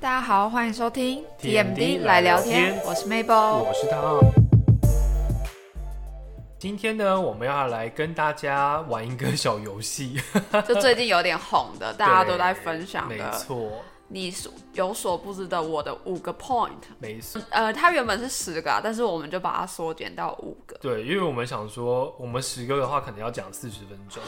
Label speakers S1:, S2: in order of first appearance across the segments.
S1: 大家好，欢迎收听
S2: TMD
S1: 来聊
S2: 来聊
S1: 天
S2: 天，
S1: 我是 Mabel。
S2: 我是大奥。今天呢，我们要来跟大家玩一个小游戏，
S1: 就最近有点红 的，大家都在分享
S2: 没
S1: 的，
S2: 错，
S1: 你所有所不知的我的五个 point。
S2: 没错。
S1: 呃，它原本是十个、啊，但是我们就把它缩减到五个，
S2: 对，因为我们想说，我们十个的话可能要讲四十分 钟，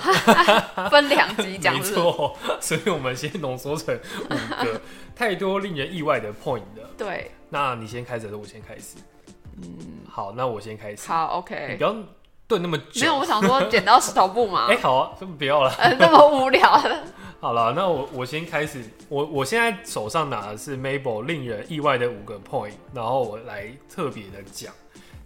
S1: 分两集讲
S2: 没
S1: 是不是。
S2: 错，所以我们先浓缩成五 个，太多令人意外的 point 了。
S1: 对，
S2: 那你先开始，还是我先开始？嗯，好，那我先开始。
S1: 好
S2: 你
S1: ，OK
S2: 不。要顿那么久。
S1: 没有，我啊想说剪刀石头布嘛
S2: 哎、，好啊，这不要了。
S1: 呃，那么无聊 的，
S2: 好了，那我我先开始，我我现在手上拿的是 Mabel 令人意外的五个 point，然后我来特别的讲。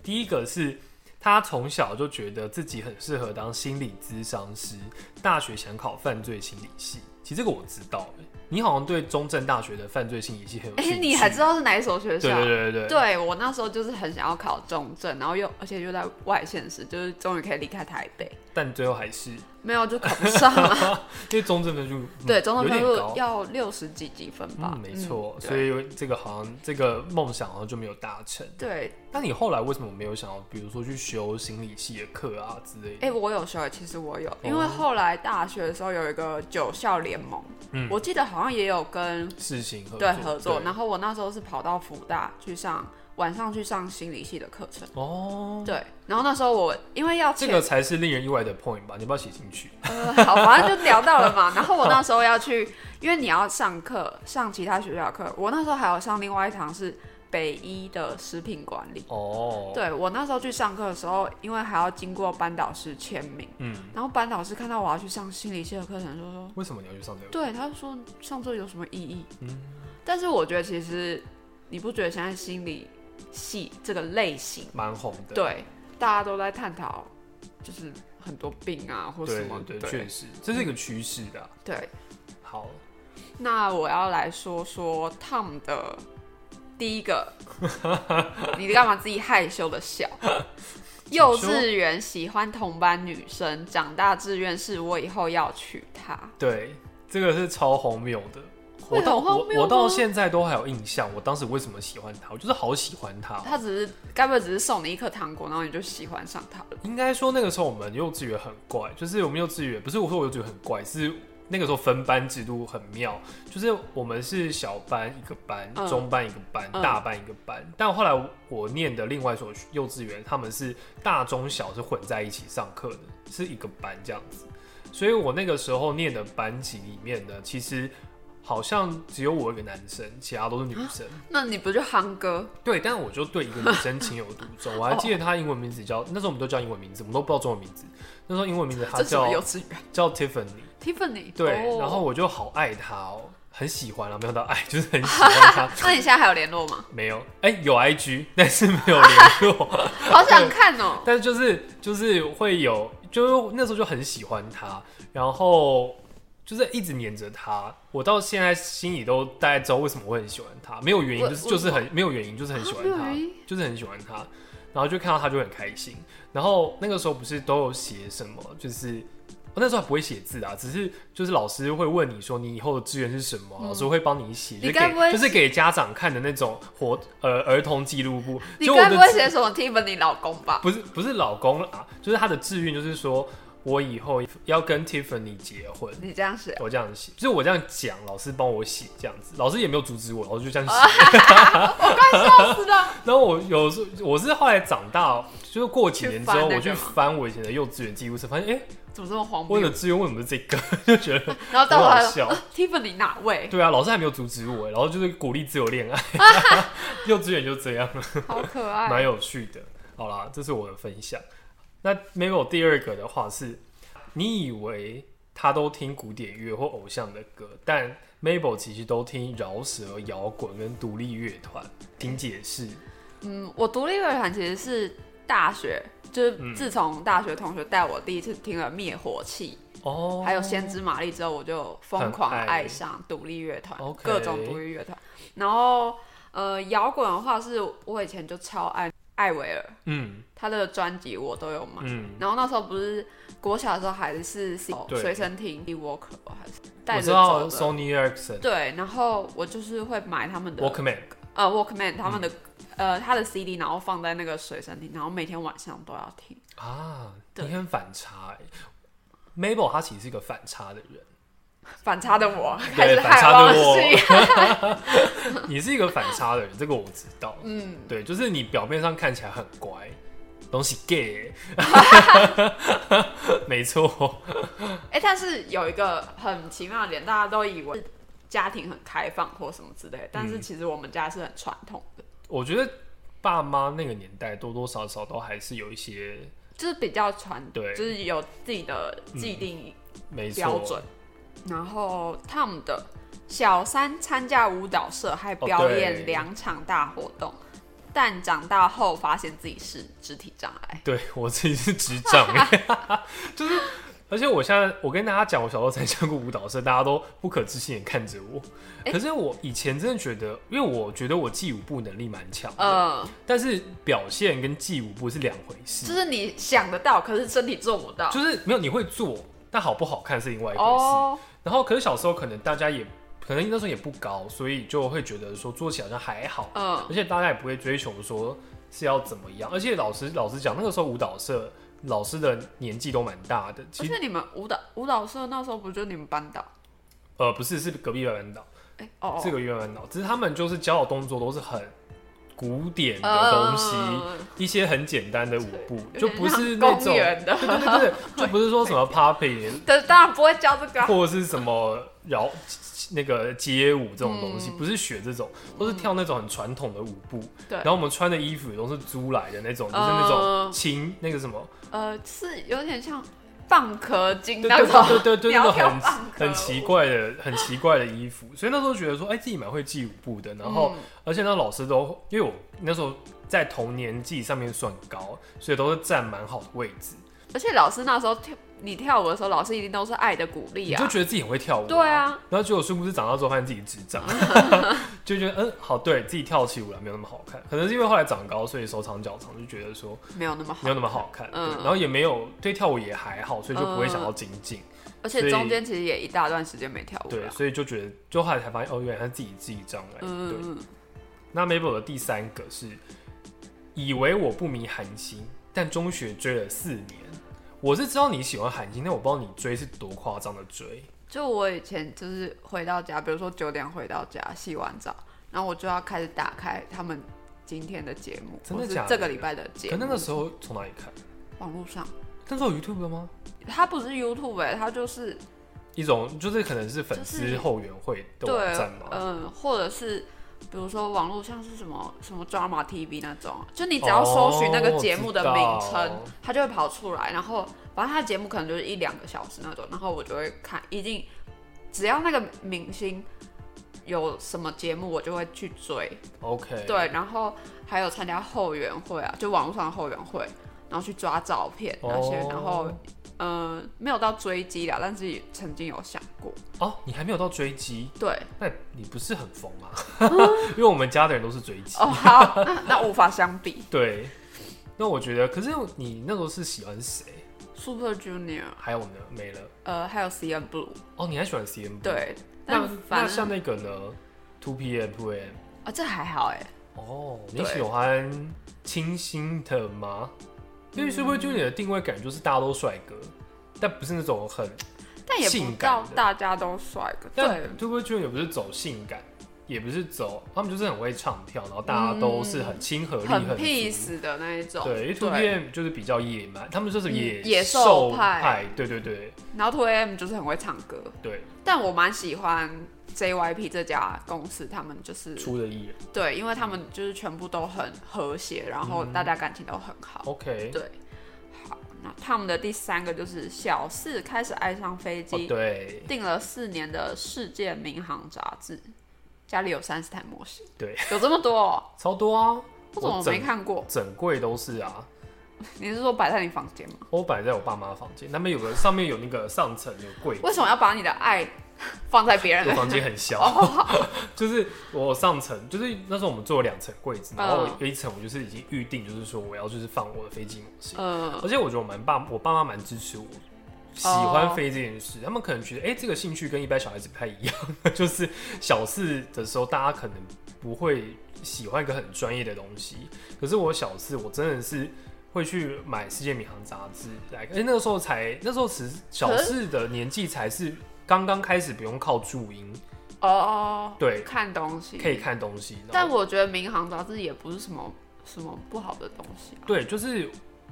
S2: 第一个是他从小就觉得自己很适合当心理咨商师，大学想考犯罪心理系。其实这个我知道、欸你好像对中正大学的犯罪心理系很有
S1: 哎、
S2: 兴趣。
S1: 你还知道是哪一所学校？
S2: 对对对对对，
S1: 对我那时候就是很想要考中正，然后又而且又在外县市，就是终于可以离开台北，
S2: 但最后还是因
S1: 没有就考不上啊。
S2: 为中正分数、嗯
S1: 对，中正分
S2: 有点高
S1: 数要六十几几分吧？
S2: 嗯，没错，
S1: 对
S2: 所以这个好像这个梦想好像就没有达成。
S1: 对，
S2: 那你后来为什么没有想要，比如说去修心理系的课啊之类的？
S1: 哎、我有时候其实我有，因
S2: 哦
S1: 为后来大学的时候有一个九校联盟，
S2: 嗯
S1: 我记得好像也有跟
S2: 事情合作
S1: 对合作，然
S2: 后
S1: 后我那时候是跑到福大去上晚上去上心理系的课程，
S2: 哦，
S1: 对，然后那时候我因为要
S2: 这
S1: 签
S2: 个才是令人意外的 point 吧？你要不要写进去？
S1: 呃，好，反正就聊到了嘛。然后我那时候要去，因为你要上课，上其他学校的课。我那时候还有上另外一堂是北医的食品管理。
S2: 哦，，
S1: 对我那时候去上课的时候，因为还要经过班导师签名，
S2: 嗯，
S1: 然后班导师看到我要去上心理系的课程，就说
S2: 为什么你要去上这：“个？
S1: 对，他就说上这有什么意义？”
S2: 嗯
S1: 但是我觉得其实你不觉得现在心理系这个类型，
S2: 蛮红的，
S1: 对，大家都在探讨，就是很多病啊或什
S2: 对
S1: 么，
S2: 对
S1: 对
S2: 对，确实，这是一个趋势的啊。
S1: 对。
S2: 好，
S1: 那我要来说说 Tom 的第一 个，你干嘛自己害羞的笑？幼稚园喜欢同班女生，长大志愿是我以后要娶她。
S2: 对，这个是超荒谬的。
S1: 会
S2: 我
S1: 很
S2: 到我
S1: 荒谬
S2: 我到
S1: 吗
S2: 现在都还有印象，我当时为什么喜欢他？我就是好喜欢他。哦
S1: 她只是，该不会只是送你一颗糖果，然后你就喜欢上她了？
S2: 应该说那个时候我们幼稚园很怪，就是我们幼稚园不是我说我幼稚园很怪，是那个时候分班制度很妙，就是我们是小班一个班，
S1: 嗯
S2: 中班一个班，
S1: 嗯
S2: 大班一个班。但后来我念的另外一所幼稚园，他们是大中小是混在一起上课的，是一个班这样子。所以我那个时候念的班级里面呢，其实好像只有我一个男生，其他都是女生。
S1: 那你不就憨哥？
S2: 对，但我就对一个女生情有独钟。我还记得她英文名字叫，那时候我们都叫英文名字，我们都不知道中文名字。那时候英文名字她
S1: 这什么幼
S2: 叫
S1: 稚园
S2: 叫 Tiffany，
S1: ？Tiffany
S2: 对，
S1: 哦
S2: 然后我就好爱她哦，很喜欢啊，没有到爱，就是很喜欢她。
S1: 那你现在还有联络吗？
S2: 没有，哎、有 IG，但是没有联络。
S1: 好想看哦！
S2: 但是就是就是会有，就是那时候就很喜欢他，然后就是一直黏着他。我到现在心里都大概知道为什么我会很喜欢他，没有原因，
S1: 为
S2: 就是就是很没有原因，就是很喜欢
S1: 啊
S2: 他
S1: 没有原因，
S2: 就是很喜欢他。然后就看到他就很开心。然后那个时候不是都有写什么，就是。我那时候还不会写字啊，只是就是老师会问你说你以后的志愿是什么，老师会帮你写，
S1: 嗯你
S2: 就
S1: 该不会
S2: 给就是给家长看的那种活呃儿童记录簿。
S1: 你
S2: 就我
S1: 该
S2: 的
S1: 不会
S2: 志
S1: 写什么 Tiffany 老公吧？
S2: 不是不是老公啦，就是他的志愿就是说我以后要跟 Tiffany 结婚。
S1: 你这样 写，
S2: 我这样写，就是我这样讲，老师帮我写这样子，老师也没有阻止我，老师就这样写。
S1: 笑死了！
S2: 然后我有时候我是后来长大，就是过几
S1: 去
S2: 年之
S1: 翻那
S2: 后，
S1: 个
S2: 我去
S1: 吗
S2: 翻我以前的幼稚园记录册，发现哎、诶
S1: 怎么这么荒
S2: 我
S1: 谬
S2: 的？志愿为什么是这个？ 就觉得
S1: 然后到
S2: 很
S1: 时候
S2: 好
S1: 还说
S2: 笑。
S1: Tiffany 哪位？
S2: 对啊，老师还没有阻止我，然后就是鼓励自由恋爱， 幼稚园就这样。
S1: 好可爱。
S2: 蛮有趣的。好啦，这是我的分享。那 Mabel 第二个的话是，你以为他都听古典乐或偶像的歌，但 Mabel 其实都听饶舌、摇滚跟独立乐团。请解释。
S1: 嗯，我独立乐团其实是大学，
S2: 嗯
S1: 就是自从大学同学带我第一次听了灭火器，
S2: 哦，
S1: 还有先知玛丽之后，我就疯狂爱上独立乐团
S2: 很爱 OK，
S1: 各种独立乐团。然后呃，摇滚的话是我以前就超爱艾薇儿，
S2: 嗯
S1: 他的专辑我都有买。
S2: 嗯，
S1: 然后那时候不是国小的时候还是
S2: 对
S1: 随身听 D Walker 吧还是带
S2: 我
S1: 着
S2: 知道
S1: 走的，
S2: Sony Ericsson
S1: 对，然后我就是会买他们的
S2: Walkman，
S1: 呃 Walkman
S2: 嗯
S1: 他们的、呃他的 CD，然后放在那个随身听，然后每天晚上都要听。
S2: 啊，
S1: 对
S2: 你很反差欸。Mabel 他其实是一个反差的人，
S1: 反差的我 开
S2: 对
S1: 始
S2: 反
S1: 害
S2: 差的
S1: 忘
S2: 我
S1: 记，
S2: 你是一个反差的人，这个我知道。
S1: 嗯，
S2: 对，就是你表面上看起来很乖，东西 gay，欸 没错，
S1: 哎、但是有一个很奇妙的点，大家都以为是家庭很开放或什么之类的，但
S2: 嗯
S1: 是其实我们家是很传统的，
S2: 我觉得爸妈那个年代多多少少都还是有一些
S1: 就是比较传，
S2: 对嗯
S1: 就是有自己的既定
S2: 没错
S1: 标准。然后 Tom 的小三参加舞蹈社，还
S2: 哦
S1: 表
S2: 对
S1: 演两场大活动，但长大后发现自己是肢体障碍。
S2: 对我自己是智障， 就是，而且我现在我跟大家讲，我小时候参加过舞蹈社，大家都不可置信的看着我。
S1: 欸
S2: 可是我以前真的觉得，因为我觉得我记舞步能力蛮强的，
S1: 呃，
S2: 但是表现跟记舞步是两回
S1: 就
S2: 事，
S1: 是你想得到，可是身体做不到。
S2: 就是没有你会做，但好不好看是另外一回事。
S1: 哦，
S2: 然后，可是小时候可能大家也可能那时候也不高，所以就会觉得说做起来好像还好，
S1: 嗯，
S2: 而且大家也不会追求说是要怎么样。而且老师老师讲，那个时候舞蹈社老师的年纪都蛮大的，
S1: 而
S2: 其实
S1: 且你们舞蹈舞蹈社那时候不就你们班导？
S2: 呃不是是隔壁班班导，
S1: 哎、哦，
S2: 是隔壁班班导，只是他们就是教的动作都是很古典的
S1: 呃
S2: 东西，一些很简单的舞步，就不是那
S1: 公
S2: 种。
S1: 园 的，
S2: 对对对，就不是说什 么 popping，
S1: 但当然不会教这个啊、
S2: 或者是什么饶那个街舞这种东西，不是学这种，都是跳那种很传统的舞步。
S1: 嗯对
S2: 然后我们穿的衣服也都是租来的那种，就是
S1: 嗯
S2: 那种轻那个什么，
S1: 呃，是有点像蚌壳精
S2: 对
S1: 那
S2: 对
S1: 种，
S2: 对对对，那
S1: 苗
S2: 种
S1: 条
S2: 很
S1: 蚌壳
S2: 很奇怪的很奇怪的衣服。所以那时候觉得说，哎、自己蛮会记舞步的。然
S1: 嗯
S2: 后，而且那老师都因为我那时候在同年纪上面算高，所以都是占蛮好的位置，
S1: 而且老师那时候跳你跳舞的时候，老师一定都是爱的鼓励
S2: 你就
S1: 啊。
S2: 觉得自己很会跳舞、
S1: 对啊，
S2: 然后结果殊不知长大之后发现自己智障， 就觉得嗯好，对自己跳起舞来没有那么好看，可能是因为后来长高，所以手长脚长，就觉得说
S1: 没有那么好
S2: 没有，那么好看，对
S1: 嗯
S2: 然后也没有对跳舞也还好，所以就不会想要精进，
S1: 而且中间其实也一大段时间没跳舞
S2: 对，
S1: 了。
S2: 所以就觉得就后来才发现哦，原来他自己智障来，对。
S1: 啊嗯，
S2: 那 Mabel 的第三个是，以为我不迷韩星，但中学追了四年。我是知道你喜欢韩星，但我不知道你追是多夸张的追。
S1: 就我以前就是回到家，比如说九点回到家洗完澡，然后我就要开始打开他们今天的节目，
S2: 真的
S1: 或是
S2: 假的
S1: 这个礼拜的节
S2: 可
S1: 目，
S2: 那个时候从哪里看？
S1: 网络上，
S2: 那时候有 YouTube 了吗？
S1: 它不是 YouTube 哎、它就是
S2: 一种就是可能是粉丝后援会的网
S1: 对
S2: 站嘛，，
S1: 嗯，或者是比如说网络像是什么什么 drama TV 那种，就你只要搜寻那个节目的名
S2: 哦
S1: 称
S2: 我知道，
S1: 它就会跑出来。然后反正它的节目可能就是一两个小时那种，然后我就会看，一定只要那个明星。有什么节目我就会去追，
S2: OK，
S1: 对，然后还有参加后援会啊，就网络上的后援会，然后去抓照片那些，
S2: 哦
S1: 然后嗯、呃没有到追击啦，但是也曾经有想过，
S2: 哦，你还没有到追击，
S1: 对，
S2: 那你不是很疯吗？ 因为我们家的人都是追击，
S1: 啊哦，好，那那无法相比。
S2: 对。那我觉得，可是你那时候是喜欢谁？
S1: Super Junior，
S2: 还有呢，没了。
S1: 呃，还有 CN Blue，
S2: 哦，你还喜欢 CM？，
S1: 对，
S2: 那
S1: 但
S2: 那
S1: 反
S2: 像
S1: 正
S2: 那个呢，Two PM、Two AM。
S1: 啊，这还好哎，
S2: 哦，你
S1: 对
S2: 喜欢清新的吗？因为 Super Junior 的定位感就是大家都帅哥，但不是那种很
S1: 但也不
S2: 性感
S1: 到
S2: 的
S1: 大家都帅哥，
S2: 但
S1: 对，
S2: Super Junior 也不是走性感，也不是走，他们就是很会唱跳，然后大家都是很亲和力
S1: 嗯很
S2: 很足
S1: peace 的那一种，
S2: 对，因为 Two
S1: 对，
S2: PM 就是比较野蛮，他们就是野
S1: 嗯野
S2: 兽
S1: 兽派
S2: 对对对
S1: 然后 Two M 就是很会唱歌，
S2: 对，
S1: 但我蛮喜欢 JYP 这家公司，他们就是
S2: 出的艺人。
S1: 对，因为他们就是全部都很和谐，然
S2: 嗯
S1: 后大家感情都很好，
S2: OK，
S1: 对。好，那他们的第三个就是小四开始爱上飞
S2: 哦
S1: 机，
S2: 对
S1: 订了四年的世界民航杂志，家里有三十台模型，
S2: 对，
S1: 有这么多哦、
S2: 超多啊，
S1: 我怎么
S2: 整
S1: 没看过？
S2: 整柜都是啊，
S1: 你是说摆在你房间吗？
S2: 我摆在我爸妈房间，那边有个上面有那个上层有柜子，
S1: 为什么要把你的爱放在别人
S2: 我
S1: 的？
S2: 房间很小，
S1: 哦，
S2: 就是我上层，就是那时候我们做了两层柜子，
S1: 嗯
S2: 然后有一层我就是已经预定，就是说我要就是放我的飞机模型，
S1: 嗯
S2: 而且我觉得我蛮爸我爸妈蛮支持我。喜欢飞这件
S1: 哦
S2: 事他们可能觉得，哎、这个兴趣跟一般小孩子不太一样， 就是小四的时候，大家可能不会喜欢一个很专业的东西。可是我小四，我真的是会去买世界米航杂志来，而且那个时候才，那时候只是小四的年纪才是刚刚开始不用靠注音，
S1: 哦哦，
S2: 对，
S1: 看东西
S2: 可以。看东西。然后
S1: 但我觉得民航杂志也不是什么什么不好的东西啊，
S2: 对，就是，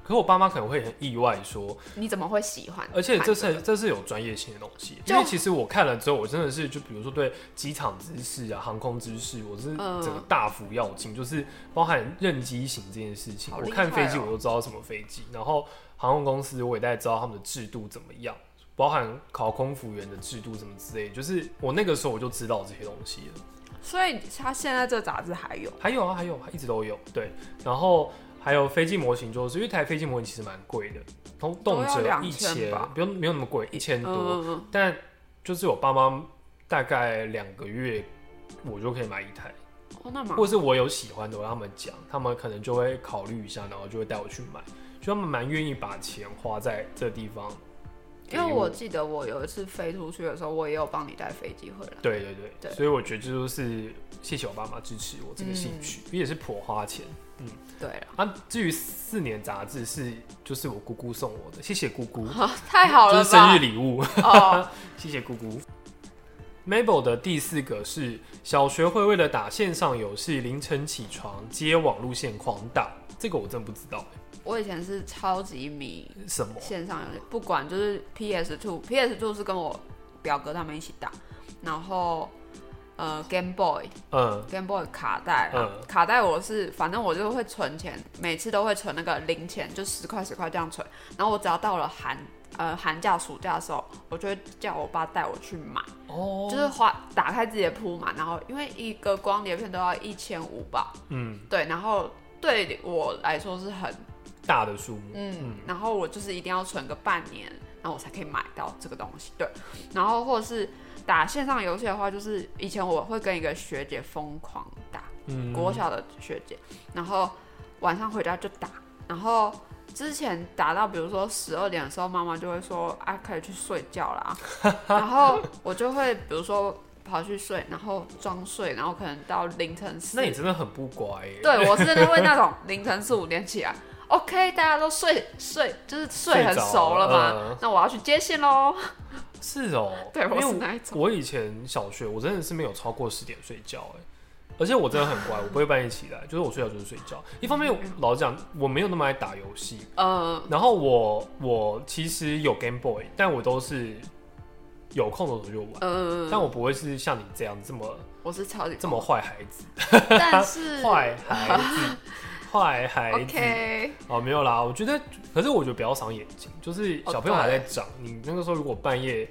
S2: 可是我爸妈可能会很意外说，
S1: 你怎么会喜欢看个？
S2: 而且这是这是有专业性的东西，
S1: 就
S2: 因为其实我看了之后，我真的是就比如说对机场知识啊、航空知识，我是
S1: 嗯
S2: 整个大幅要进，就是包含任机型这件事情，
S1: 好
S2: 我
S1: 厉
S2: 看
S1: 害
S2: 飞机
S1: 哦
S2: 我都知道什么飞机，然后航空公司我也大概知道他们的制度怎么样。包含考空服员的制度什么之类，就是我那个时候我就知道这些东西了。
S1: 所以他现在这杂志还有
S2: 还有啊，还有，一直都有。对，然后还有飞机模型，就是因为台飞机模型其实蛮贵的，动
S1: 都
S2: 动辄
S1: 要
S2: 一
S1: 2000
S2: 千
S1: 吧，
S2: 不用没有那么贵，一千多。
S1: 嗯，
S2: 但就是我爸妈大概两个月，我就可以买一台，
S1: 哦，那蛮
S2: 或是我有喜欢的，我跟他们讲，他们可能就会考虑一下，然后就会带我去买。就他们蛮愿意把钱花在这地方给，
S1: 因为我记得我有一次飞出去的时候，我也有帮你带飞机回来。
S2: 对对对，
S1: 对
S2: 所以我觉得这就是谢谢我爸妈支持我这个兴趣，也是颇花钱。
S1: 对 了，
S2: 啊，至于四年杂志是就是我姑姑送我的，谢谢姑姑，
S1: 哦太好
S2: 就
S1: 了
S2: 是生
S1: 吧
S2: 日？礼物，
S1: 哦，
S2: 谢谢姑姑。Mabel 的第四个是小学会为了打线上游戏，凌晨起床接网路线狂打，这个我真不知道、
S1: 我以前是超级迷
S2: 欸什么
S1: 线上游戏，不管就是 PS Two，PS Two 是跟我表哥他们一起打，然后呃 Game Boy、
S2: 嗯
S1: Game Boy 卡带啊、
S2: 嗯
S1: 卡带我是反正我就会存钱，每次都会存那个零钱，就十块十块这样存，然后我只要到了寒呃寒假暑假的时候，我就会叫我爸带我去买。
S2: 哦，
S1: 就是花打开自己的铺嘛，然后因为一个光碟片都要一千五吧，
S2: 嗯
S1: 对，然后对我来说是很
S2: 大的数目，
S1: 嗯，然后我就是一定要存个半年，然后我才可以买到这个东西，对，然后或者是打线上游戏的话，就是以前我会跟一个学姐疯狂打，
S2: 嗯
S1: 国小的学姐，然后晚上回家就打，然后。之前打到比如说十二点的时候，妈妈就会说啊，可以去睡觉 啦。然后我就会比如说跑去睡，然后装睡，然后可能到凌晨四
S2: 那你真的很不乖、欸，
S1: 对我是真的会那种凌晨四五点起来，OK，大家都睡睡就是睡很熟了嘛，
S2: 睡着了嗯
S1: 那我要去接线喽。
S2: 是哦、
S1: 对我
S2: 因为
S1: 是那一种
S2: 我以前小学我真的是没有超过十点睡觉、哎，而且我真的很乖，我不会半夜起来，就是我睡觉就是睡觉。一方面，老实讲我没有那么爱打游戏，
S1: 嗯，
S2: 然后我我其实有 Game Boy，但我都是有空的时候就玩，
S1: 呃，
S2: 但我不会是像你这样这么
S1: 我是超级
S2: 这么坏孩子，
S1: 但是
S2: 坏孩子， 坏孩子。
S1: OK，
S2: 哦，没有啦，我觉得，可是我觉得不要伤眼睛，就是
S1: 哦
S2: 小朋友还在长，你那个时候如果半夜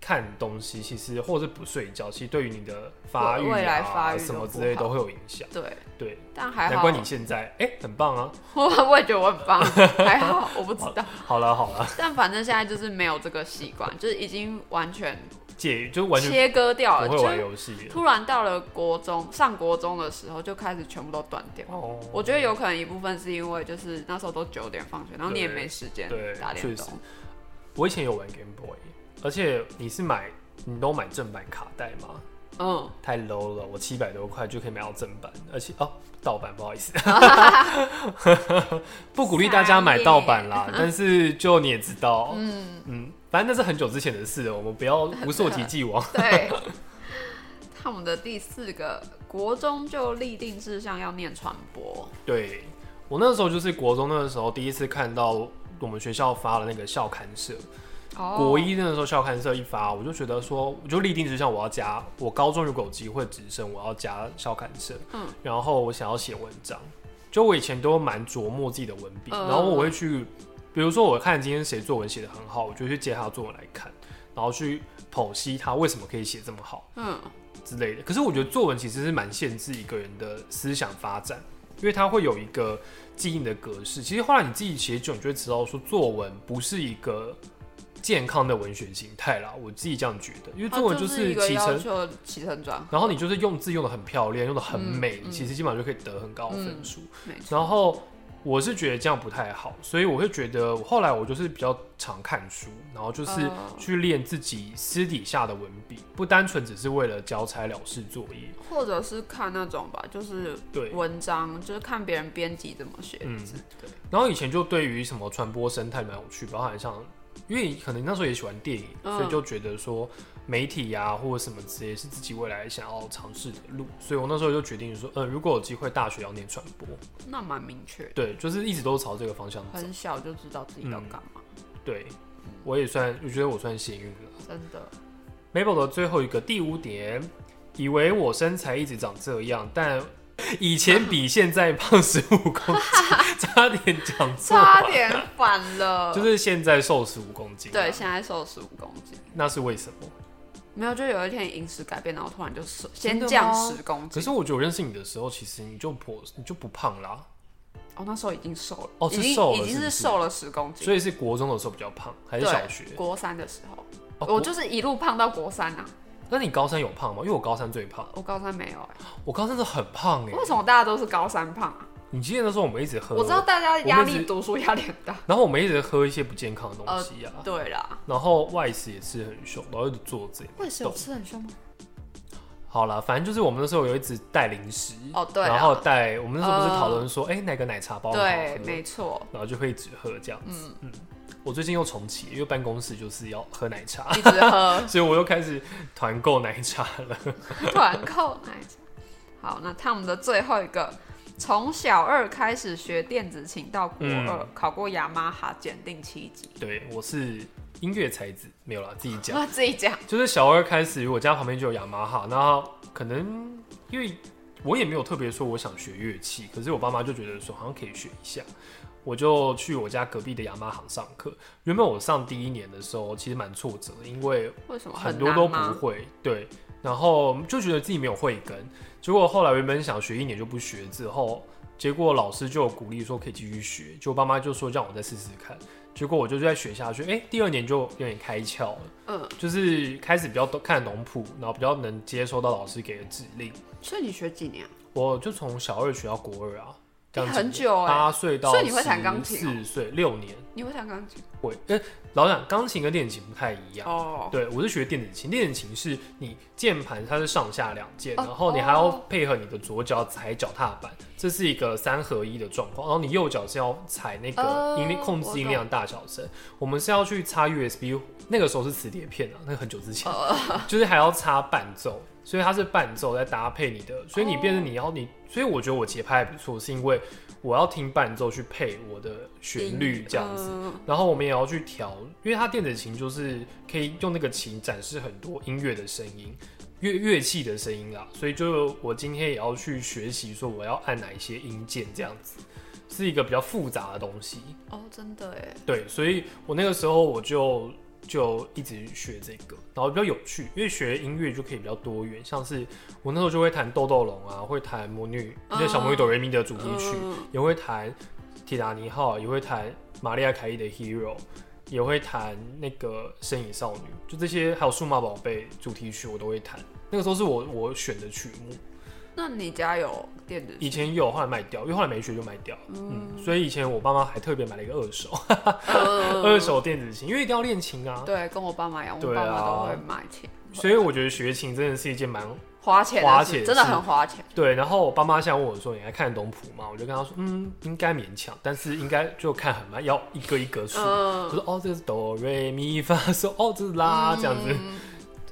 S2: 看东西，其实或者是不睡觉，其实对于你的发育啊
S1: 未来发育都
S2: 什么之类
S1: 不好
S2: 都会有影响。
S1: 对，
S2: 对，
S1: 但还
S2: 难
S1: 好
S2: 怪，你现在哎、很棒啊！
S1: 我 我也觉得我很棒， 还好我不知道，
S2: 好了好了，
S1: 但反正现在就是没有这个习惯，就是已经完全
S2: 姐就完全
S1: 切割掉了，
S2: 不会玩
S1: 就
S2: 游戏了。
S1: 突然到了国中上国中的时候就开始全部都断掉。
S2: 哦，
S1: 我觉得有可能一部分是因为就是那时候都九点放学，然后你也
S2: 对
S1: 没时间
S2: 对
S1: 打
S2: 确
S1: 电
S2: 实
S1: 动。
S2: 我以前有玩 Game Boy，而且你是买你都买正版卡带吗？
S1: 嗯，
S2: 太 low 了，我七百多块就可以买到正版，而且哦，盗版不好意思， 不鼓励大家买盗版啦。但是就你也知道，嗯嗯，反正那是很久之前的事了，我们不要无溯及既往。
S1: 对。他们的第四个国中就立定志向要念传播，
S2: 对我那时候就是国中那个时候第一次看到我们学校发了那个校刊社，
S1: 哦
S2: 国一那个时候校刊社一发，我就觉得说，我就立定志向，我要加。我高中如果有机会直升，我要加校刊社。
S1: 嗯
S2: 然后我想要写文章，就我以前都蛮琢磨自己的文笔，
S1: 嗯
S2: 然后我会去，比如说我看今天谁作文写的很好，我就去借他作文来看，然后去剖析他为什么可以写这么好。
S1: 嗯，
S2: 之类的。可是我觉得作文其实是蛮限制一个人的思想发展，因因为它会有一个记忆的格式。其实后来你自己写久，你就会知道说作文不是一个健康的文学形态啦。我自己这样觉得，因为
S1: 它
S2: 作文
S1: 就是哦一个
S2: 起
S1: 要
S2: 承，
S1: 求起承转合，
S2: 然后你就是用字用的很漂亮，用的很美，
S1: 嗯嗯嗯
S2: 其实基本上就可以得很高的分数。
S1: 没错，
S2: 然后我是觉得这样不太好，所以我会觉得后来我就是比较常看书，然后就是
S1: 哦
S2: 去练自己私底下的文笔，不单纯只是为了交差了事作业。
S1: 或者是看那种吧，就是
S2: 对，
S1: 文章，就是看别人编辑怎么写。
S2: 嗯，对。然后以前就对于什么传播生态蛮有趣，包含像，因为可能那时候也喜欢电影，
S1: 嗯
S2: 所以就觉得说媒体呀、或者什么之类是自己未来想要尝试的路，所以我那时候就决定说，嗯，如果有机会，大学要念传播，
S1: 那蛮明确的，
S2: 对，就是一直都朝这个方向走。
S1: 很小就知道自己要干嘛，
S2: 对，我也算，我觉得我算幸运了。
S1: 真的。
S2: 嗯 Mabel 的最后一个第五点，以为我身材一直长这样，但以前比现在胖十五公斤，差点讲错话，
S1: 差点反了，
S2: 就是现在瘦十五公斤、啊
S1: 对，，现在瘦十五公斤，
S2: 那是为什么？
S1: 没有，就有一天饮食改变，然后突然就瘦，
S2: 真的
S1: 先
S2: 吗
S1: 降十公
S2: 可
S1: 斤
S2: 是。我觉得我认识你的时候，其实你就不你就不胖啦，
S1: 哦，那时候已经瘦了，
S2: 哦
S1: 已
S2: 是
S1: 经
S2: 瘦了
S1: 已经
S2: 是不
S1: 是
S2: 是
S1: 瘦了十公斤，
S2: 所以是国中的时候比较胖，还是
S1: 对
S2: 小学？
S1: 国三的时候，
S2: 哦
S1: 我
S2: 国
S1: 就是一路胖到国三啊。
S2: 那你高三有胖吗？因为我高三最胖，
S1: 我高三没有哎、
S2: 我高三是很胖哎、
S1: 为什么大家都是高三胖啊？
S2: 你记得那时候我们一直喝，
S1: 我知道大家压
S2: 呃我们
S1: 力
S2: 一直
S1: 读书压力很大。
S2: 然后我们一直喝一些不健康的东西啊，
S1: 对啦，
S2: 然后外食也吃很凶，然后一直做这
S1: 为什
S2: 么
S1: 么
S2: 懂
S1: 吃很凶吗？
S2: 好啦，反正就是我们那时候有一直带零食
S1: 哦对啊
S2: 然后带我们那时候不是讨论说，哎、哪个奶茶包好喝
S1: 对，没错，
S2: 然后就会一直喝这样子。嗯我最近又重启，因为办公室就是要喝奶茶，
S1: 一直喝
S2: 所以我又开始团购奶茶了。
S1: 团购奶茶。好，那他们的最后一个，从小二开始学电子琴到国二，
S2: 嗯
S1: 考过雅马哈检定七级。
S2: 对，我是音乐才子，没有啦，自己讲。
S1: 那自己讲，
S2: 就是小二开始，我家旁边就有雅马哈，那可能因为我也没有特别说我想学乐器，可是我爸妈就觉得说好像可以学一下，我就去我家隔壁的雅马哈上课。原本我上第一年的时候其实蛮挫折的，因为
S1: 为什么
S2: 很多
S1: 难啊
S2: 都不
S1: 吗？
S2: 会，对，然后就觉得自己没有慧根。结果后来原本想学一年就不学，之后结果老师就有鼓励说可以继续学，结果爸妈就说让我再试试看。结果我就再学下去，哎、第二年就有点开窍了。
S1: 嗯，
S2: 就是开始比较懂看得懂谱，然后比较能接收到老师给的指令。
S1: 所以你学几年啊？
S2: 我就从小二学到国二啊，这样
S1: 欸
S2: 子
S1: 很久欸
S2: 八岁到
S1: 所以你会弹钢琴哦
S2: 四岁六年
S1: 你会弹钢琴？
S2: 会。呃，老讲钢琴跟电子琴不太一样。
S1: 哦，
S2: 对，我是学电子琴，电子琴是你键盘它是上下两键，
S1: 哦
S2: 然后你还要
S1: 哦
S2: 配合你的左脚踩脚踏板，这是一个三合一的状况。然后你右脚是要踩那个
S1: 哦
S2: 音量控制音量大小声，我们是要去插 USB，那个时候是磁碟片啊，那个很久之前，
S1: 哦
S2: 就是还要插伴奏，所以它是伴奏再搭配你的，所以你变成你要你，所以我觉得我节拍还不错，是因为我要听伴奏去配我的旋律这样
S1: 嗯
S2: 子。然后我们也要去调，因为它电子琴就是可以用那个琴展示很多音乐的声音，乐乐器的声音啦，所以就我今天也要去学习说我要按哪一些音键这样子，是一个比较复杂的东西。
S1: 哦，真的哎，
S2: 对，所以我那个时候我就就一直学这个，然后比较有趣，因为学音乐就可以比较多元，像是我那时候就会弹《豆豆龙》啊，会弹《魔女》那个《小魔女哆瑞咪》的主题曲，
S1: 嗯
S2: 也会弹《铁达尼号》，也会弹玛利亚凯莉的《Hero》，也会弹那个《身影少女》，就这些，还有《数码宝贝》主题曲我都会弹。那个时候是我我选的曲目，
S1: 那你家有电子
S2: 以
S1: 琴？
S2: 前有，后来卖掉，因为后来没学就卖掉了。嗯，所以以前我爸妈还特别买了一个二手、
S1: 嗯
S2: 二手电子琴，因为一定要练琴啊。
S1: 呃对，跟我爸妈一样，我
S2: 对
S1: 爸妈
S2: 啊
S1: 都会买钱，
S2: 所以我觉得学琴真的是一件蛮
S1: 花钱的事，
S2: 花钱是
S1: 真的很花钱。
S2: 对。然后我爸妈像问我说：“你还看得懂谱吗？”我就跟他说：“嗯，应该勉强，但是应该就看很慢，要一个一个数。
S1: 嗯，
S2: 就是哦，这个是哆瑞咪发嗦， 哦，这是啦，这样子，
S1: 嗯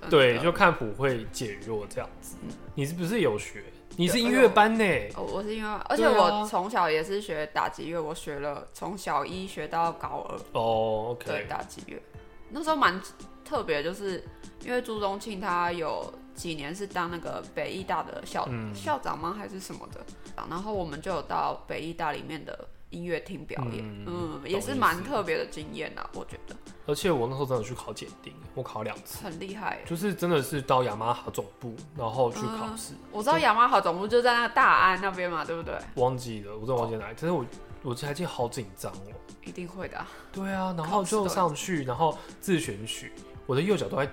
S1: 真的
S2: 对，就看谱会减弱这样子。你是不是有学？你是音乐班呢？
S1: 哦我是因为，而且
S2: 对啊
S1: 我从小也是学打击乐，我学了从小一学到高二，
S2: 哦
S1: 对
S2: ，OK，
S1: 打击乐，那时候蛮特别，就是因为朱宗庆他有几年是当那个北艺大的校、
S2: 嗯
S1: 校长吗还是什么的，然后我们就有到北艺大里面的音乐厅表演，
S2: 嗯
S1: 嗯，
S2: 懂
S1: 也是
S2: 意
S1: 蛮
S2: 思
S1: 特别的经验啊，我觉得
S2: 而且我那时候真的去考检定，我考两次，
S1: 很厉害耶。
S2: 就是真的是到雅马哈总部，然后去考试，
S1: 我知道雅马哈总部就在那个大安那边嘛，对不对？
S2: 忘记了，我真的忘记哪里，但是我我还记得好紧张哦。
S1: 一定会的啊、
S2: 对啊，然
S1: 考
S2: 后
S1: 试都会
S2: 就上去，然后自选曲，我的右脚都在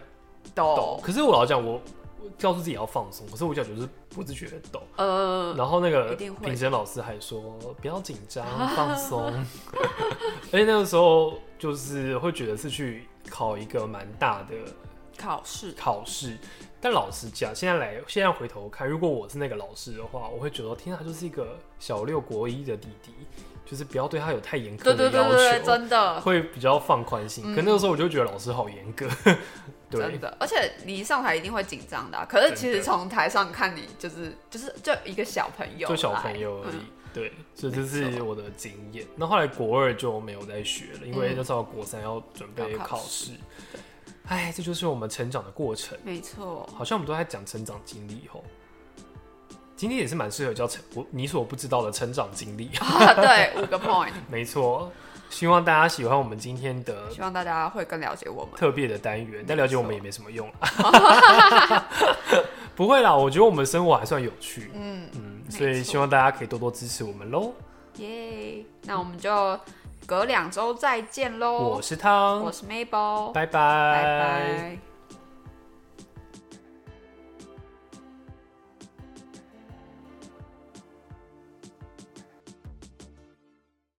S2: 抖
S1: 抖，，
S2: 可是我老实讲我。我告诉自己要放松，可是我脚就是不自觉的抖。
S1: 呃，
S2: 然后那个
S1: 一定会
S2: 评审老师还说不要紧张，放松。而且那个时候就是会觉得是去考一个蛮大的
S1: 考试
S2: 考试。但老实讲，现在来现在回头看，如果我是那个老师的话，我会觉得天啊，他就是一个小六国一的弟弟，就是不要对他有太严苛
S1: 对
S2: 的
S1: 对
S2: 要求，
S1: 对对，对真的
S2: 会比较放宽心。
S1: 嗯
S2: 可那个时候我就觉得老师好严格，
S1: 真
S2: 对，
S1: 的，而且你上台一定会紧张的啊、可是其实
S2: 真的
S1: 从台上看你就是就是就一个小朋友来，
S2: 就小朋友而已。
S1: 嗯
S2: 对，所以这
S1: 没
S2: 是我的经验。那后来国二就没有再学了，因为
S1: 嗯
S2: 那时候国三要准备
S1: 要考
S2: 考
S1: 试
S2: 试。哎，这就是我们成长的过程。
S1: 没错，
S2: 好像我们都在讲成长经历吼。今天也是蛮适合叫成我你所不知道的成长 经历，
S1: 啊，对，五个 point，
S2: 没错。希望大家喜欢我们今天的
S1: 希望大家会更了解我们。
S2: 特别的单元，但
S1: 没
S2: 了解我
S1: 错
S2: 们也没什么用啦。 不会啦，我觉得我们生活还算有趣，
S1: 嗯，
S2: 嗯，
S1: 没
S2: 所
S1: 错
S2: 以希望大家可以多多支持我们喽。
S1: 耶，那我们就隔两周再见喽。
S2: 我是汤
S1: 我，是 Mabel，
S2: 拜拜，
S1: 拜拜。